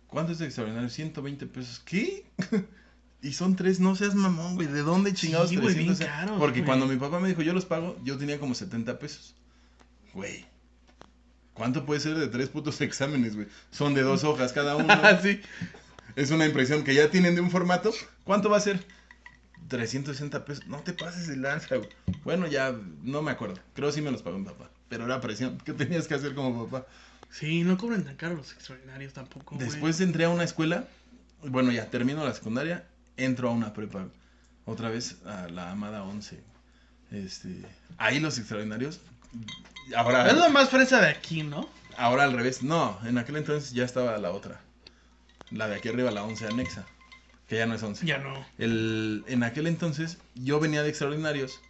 B: ¿Cuánto es de extraordinario? 120 pesos. ¿Qué? Y son tres, no seas mamón, güey. ¿De dónde chingados
A: Sí, güey, bien
B: 300?
A: caros,
B: Porque
A: güey.
B: cuando mi papá me dijo, yo los pago, yo tenía como 70 pesos. Güey. ¿Cuánto puede ser de tres putos exámenes, güey? Son de dos hojas cada uno.
A: sí.
B: Es una impresión que ya tienen de un formato. ¿Cuánto va a ser? 360 pesos. No te pases el lanza, güey. Bueno, ya no me acuerdo. Creo sí me los pagó mi papá. Pero era presión. ¿Qué tenías que hacer como papá?
A: Sí, no cobran tan caro los extraordinarios tampoco. güey.
B: Después entré a una escuela. Bueno, ya termino la secundaria. Entro a una prepa. Otra vez a la amada 11. Este, ahí los extraordinarios. Ahora,
A: Es lo más fresa de aquí, ¿no?
B: ahora al revés. No, en aquel entonces ya estaba la otra. La de aquí arriba, la 11 anexa. Que ya no es 11.
A: Ya no.
B: El, en aquel entonces yo venía de extraordinarios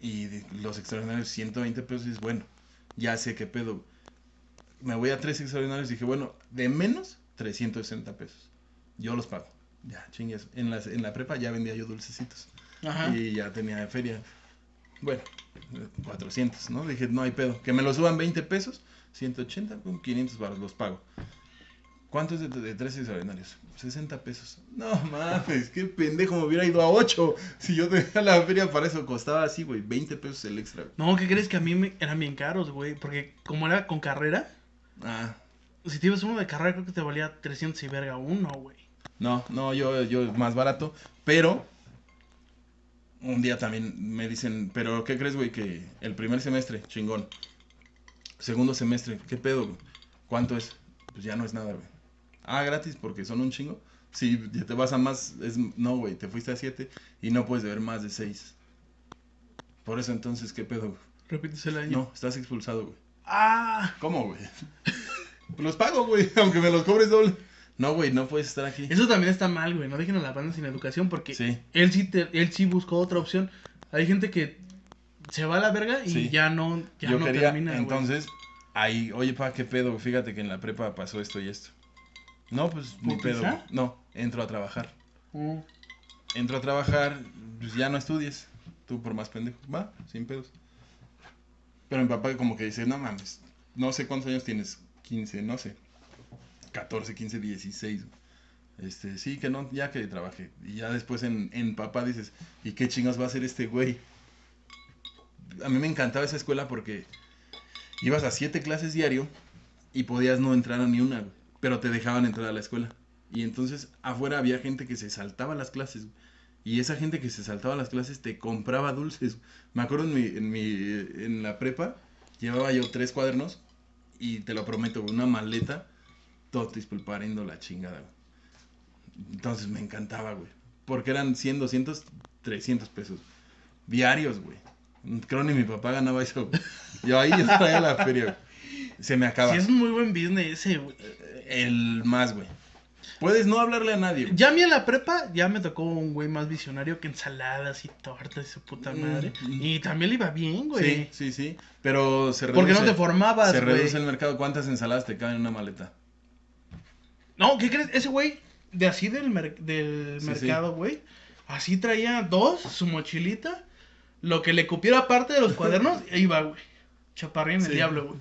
B: y de- los extraordinarios 120 pesos es bueno, ya sé qué pedo. Me voy a tres extraordinarios y dije, bueno, de menos 360 pesos. Yo los pago. Ya, chingues. En la, en la prepa ya vendía yo dulcecitos
A: Ajá.
B: y ya tenía feria. Bueno, 400, ¿no? Dije, no hay pedo. Que me lo suban 20 pesos, 180, pum, 500 baros, los pago. ¿Cuánto es de, de tres extraordinarios? 60 pesos. No mames, qué pendejo me hubiera ido a 8. Si yo tenía la feria para eso, costaba así, güey, 20 pesos el extra. güey.
A: No, ¿qué crees que a mí me eran bien caros, güey? Porque como era con carrera,
B: Ah,
A: si te ibas uno de carrera creo que te valía 300 y verga uno, güey.
B: no, no, yo, yo más barato. Pero un día también me dicen, ¿pero qué crees, güey? Que el primer semestre, chingón. Segundo semestre, ¿qué pedo? güey? ¿Cuánto es? Pues ya no es nada, güey. Ah, gratis porque son un chingo. Si ya te vas a más, es... no, güey, te fuiste a 7 y no puedes deber más de 6. Por eso entonces, ¿qué pedo? güey?
A: Repites el año.
B: No, estás expulsado, güey.
A: Ah,
B: ¿Cómo, güey? "Pues los pago, güey, aunque me los cobres doble. No, güey, no puedes estar aquí.
A: eso también está mal, güey. No dejen a la banda sin educación porque
B: Sí.
A: él sí te- él sí buscó otra opción. Hay gente que se va a la verga y
B: Sí.
A: ya no ya
B: yo
A: no
B: quería,
A: termina, güey.
B: entonces, ahí, oye, pa, qué pedo, fíjate que en la prepa pasó esto y esto. No, pues, ni
A: ¿Putiza?
B: pedo, güey. no, entro a trabajar.
A: Mm.
B: Entro a trabajar, pues ya no estudies, tú por más pendejo, va, sin pedos. Pero mi papá como que dice, no mames, no sé cuántos años tienes, 15, no sé, 14, 15, 16, güey. este, sí, que no, ya que trabajé. Y ya después en, en papá dices, ¿y qué chingas va a hacer este güey? A mí me encantaba esa escuela porque ibas a siete clases diario y podías no entrar a ni una, güey, pero te dejaban entrar a la escuela. Y entonces afuera había gente que se saltaba las clases. güey, Y esa gente que se saltaba las clases te compraba dulces. Me acuerdo en mi, en mi en la prepa llevaba yo tres cuadernos y te lo prometo, güey, una maleta totis pulparendo la chingada. güey. Entonces me encantaba, güey, porque eran 100, 200, 300 pesos diarios, güey. Creo ni mi papá ganaba eso. güey. Yo ahí yo traía la feria. güey. Se me acaba.
A: Sí, es un muy buen business ese, güey.
B: El más, güey. Puedes no hablarle a nadie. güey.
A: Ya a mí en la prepa ya me tocó un güey más visionario que ensaladas y tortas y su puta madre.
B: Mm, mm.
A: Y también le iba bien, güey.
B: Sí, sí, sí. Pero se reduce.
A: Porque no te formabas,
B: Se reduce
A: güey.
B: el mercado. ¿Cuántas ensaladas te caben en una maleta?
A: No, ¿qué crees? Ese güey, de así del, mer- del
B: Sí,
A: mercado, güey, así traía dos, su mochilita, lo que le cupiera aparte de los cuadernos, ahí iba, güey. Chaparrín el
B: Sí.
A: diablo, güey.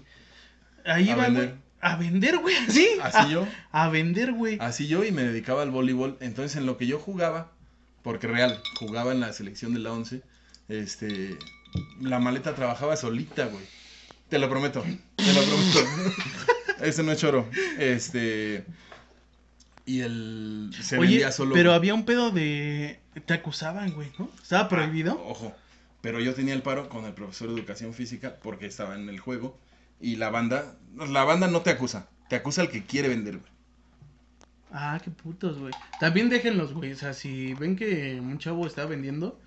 A: Ahí
B: A
A: iba,
B: vender.
A: güey. A vender, güey, así.
B: Así
A: a,
B: yo.
A: A vender, güey.
B: Así yo y me dedicaba al voleibol. Entonces, en lo que yo jugaba, porque real, jugaba en la selección de la 11, este, la maleta trabajaba solita, güey. Te lo prometo, te lo prometo. Ese no es choro. Este, y el, se
A: Oye,
B: vendía solo.
A: pero
B: güey.
A: había un pedo de... Te acusaban, güey, ¿no?
B: Ah,
A: Estaba prohibido.
B: Ojo, pero yo tenía el paro con el profesor de educación física porque estaba en el juego y la banda, la banda no te acusa, te acusa el que quiere vender, güey.
A: Ah, qué putos, güey. También déjenlos, güey. O sea, si ven que un chavo está vendiendo,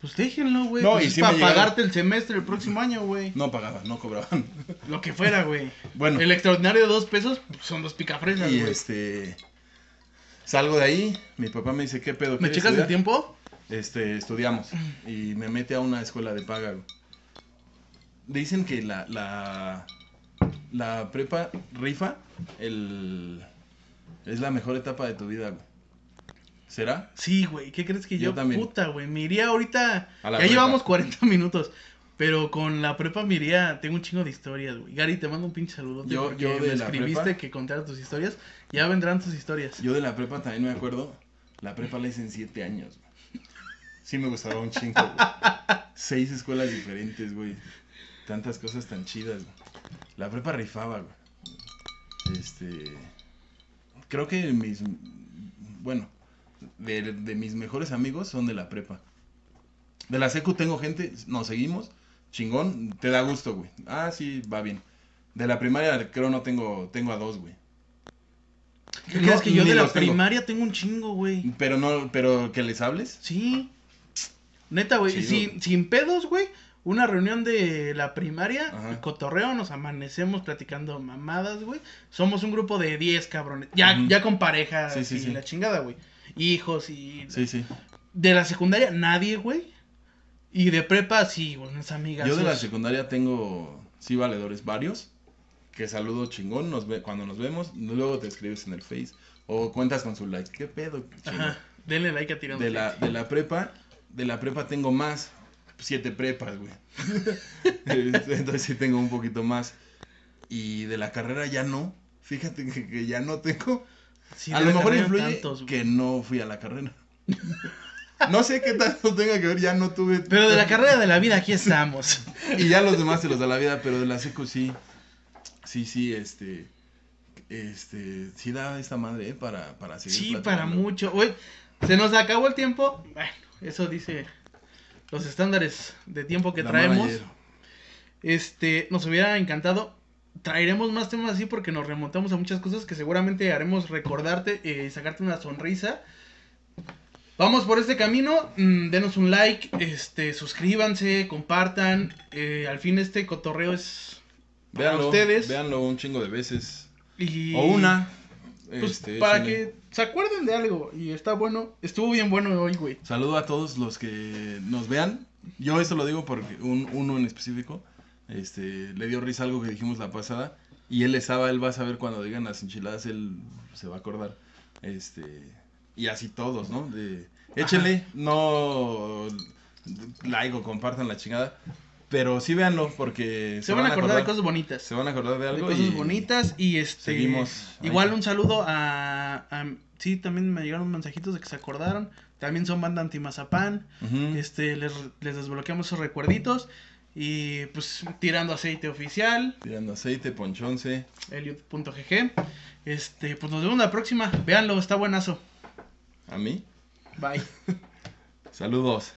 A: Pues déjenlo, güey.
B: No,
A: Pues
B: y
A: es
B: sí me
A: para
B: llegaron-
A: pagarte el semestre el próximo año, güey.
B: No pagaban, no cobraban.
A: Lo que fuera, güey.
B: Bueno,
A: El extraordinario de dos pesos pues, son dos picafresas,
B: y
A: güey.
B: este. Salgo de ahí, mi papá me dice, ¿qué pedo?
A: ¿Me
B: ¿Quieres
A: checas el
B: estudiar?"
A: tiempo?
B: Este, estudiamos. Y me mete a una escuela de paga, güey. Dicen que la, la, la prepa rifa el, es la mejor etapa de tu vida, güey. ¿Será?
A: Sí, güey. ¿Qué crees que yo?
B: Yo también.
A: Puta, güey. Me iría ahorita.
B: A
A: ya
B: la prepa.
A: llevamos 40 minutos. Pero con la prepa me iría. Tengo un chingo de historias, güey. Gary, te mando un pinche saludo.
B: Yo-
A: porque
B: yo de
A: me
B: la
A: escribiste
B: prepa.
A: que contara tus historias. Ya vendrán tus historias.
B: Yo de la prepa también me acuerdo. La prepa la hice en siete años, güey. Sí me gustaba un chingo, güey. Seis escuelas diferentes, güey. Tantas cosas tan chidas, güey. La prepa rifaba, güey. Este. Creo que mis. Bueno, de, de mis mejores amigos son de la prepa. De la secu tengo gente, nos seguimos, chingón, te da gusto, güey. Ah, sí, va bien. De la primaria creo no tengo, tengo a dos, güey.
A: ¿Qué
B: No,
A: crees que yo
B: ni
A: de la
B: los tengo.
A: primaria tengo un chingo, güey?
B: Pero no, pero que les hables.
A: Sí. Neta, güey.
B: Chido.
A: Sin, sin pedos, güey. Una reunión de la primaria,
B: Ajá.
A: cotorreo, nos amanecemos platicando mamadas, güey. Somos un grupo de 10 cabrones. Ya,
B: Ujú.
A: ya con pareja
B: Sí, sí,
A: y
B: sí.
A: la chingada, güey. Hijos y.
B: Sí, sí.
A: De la secundaria, nadie, güey. Y de prepa, sí, güey, unas amigas.
B: Yo de la secundaria tengo, sí, valedores varios. Que saludo chingón nos ve, cuando nos vemos. Luego te escribes en el Face. O cuentas con su like. ¿Qué pedo? chingón?
A: Ajá. Denle like a tirando.
B: De la, de la prepa, de la prepa tengo más. Siete prepas, güey. Entonces sí tengo un poquito más. Y de la carrera ya no. Fíjate que, que ya no tengo.
A: Sí,
B: a
A: de
B: lo
A: la
B: mejor
A: carrera
B: influye
A: tantos, güey.
B: que no fui a la carrera. No sé qué tanto tenga que ver, ya no tuve.
A: Pero de la carrera de la vida, aquí estamos.
B: Y ya los demás se los da la vida, pero de la seco sí. Sí, sí, este. Este. Sí da esta madre, ¿eh? Para, para seguir.
A: Sí,
B: platicando.
A: para mucho. Güey, se nos acabó el tiempo. Bueno, eso dice los estándares de tiempo que
B: La
A: traemos.
B: manager.
A: Este, nos hubiera encantado. Traeremos más temas así porque nos remontamos a muchas cosas que seguramente haremos recordarte eh, y sacarte una sonrisa. Vamos por este camino, mm, denos un like, este, suscríbanse, compartan. eh, al fin este cotorreo es para
B: Véanlo,
A: ustedes.
B: Véanlo un chingo de veces.
A: y-
B: O una.
A: pues,
B: Este,
A: para
B: échenle.
A: que se acuerden de algo. Y está bueno, estuvo bien bueno hoy, güey.
B: Saludo a todos los que nos vean. Yo eso lo digo porque un, uno en específico este, le dio risa algo que dijimos la pasada. Y él le sabe, él va a saber cuando digan las enchiladas, él se va a acordar. Este, y así todos, ¿no? De, échenle, no like o compartan la chingada. Pero sí véanlo porque
A: Se, van, a acordar, de cosas bonitas.
B: Se van a acordar de
A: de
B: algo.
A: cosas
B: y-
A: bonitas y este
B: seguimos.
A: igual
B: Ahí.
A: un saludo a, a- sí también me llegaron mensajitos de que se acordaron también son banda antimazapán
B: Ujú.
A: este les, les desbloqueamos esos recuerditos y pues tirando aceite oficial
B: Tirando aceite, ponchonce.
A: eliot.gg este pues nos vemos la próxima véanlo está buenazo
B: A mí.
A: bye
B: Saludos.